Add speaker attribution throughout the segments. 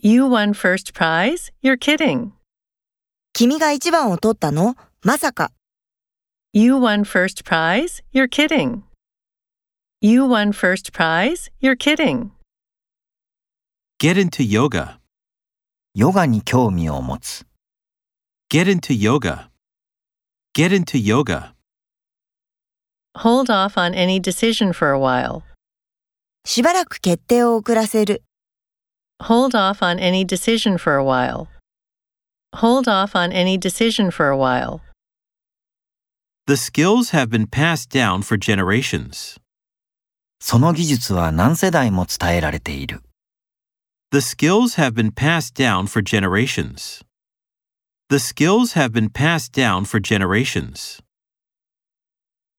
Speaker 1: You won first prize? You're kidding.
Speaker 2: 君が一番を取ったのまさか。
Speaker 1: You won first prize? You're kidding. You won first prize? You're kidding.
Speaker 3: Get into yoga.
Speaker 4: ヨガに興味を持つ。
Speaker 3: Get into yoga. Get into yoga.
Speaker 1: Hold off on any decision for a while.
Speaker 2: しばらく決定を遅らせる。
Speaker 1: Hold off on any decision for a while. Hold off on any decision for a while.
Speaker 3: The skills have been passed down for generations.
Speaker 4: その技術は何世代も伝えられている。
Speaker 3: The skills have been passed down for generations. The skills have been passed down for generations.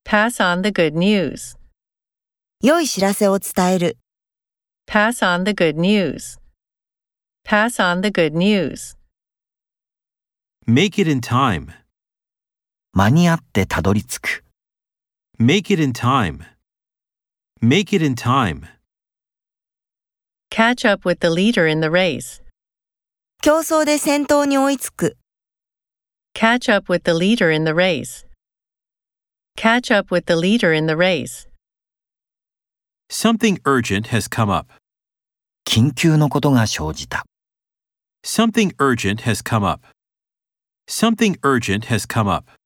Speaker 1: Pass on the good news.
Speaker 2: 良い知らせを伝える。
Speaker 1: Pass on the good news. Pass on the good news.
Speaker 3: Make it in time.
Speaker 4: 間に合ってたどり着く。
Speaker 3: Make it in time. Make it in time.
Speaker 1: Catch up with the leader in the race.
Speaker 2: 競争で先頭に追いつく。
Speaker 1: Catch up with the leader in the race. Catch up with the leader in the race.
Speaker 3: Something urgent has come up.
Speaker 4: 緊急のことが生じた。
Speaker 3: Something urgent has come up. Something urgent has come up.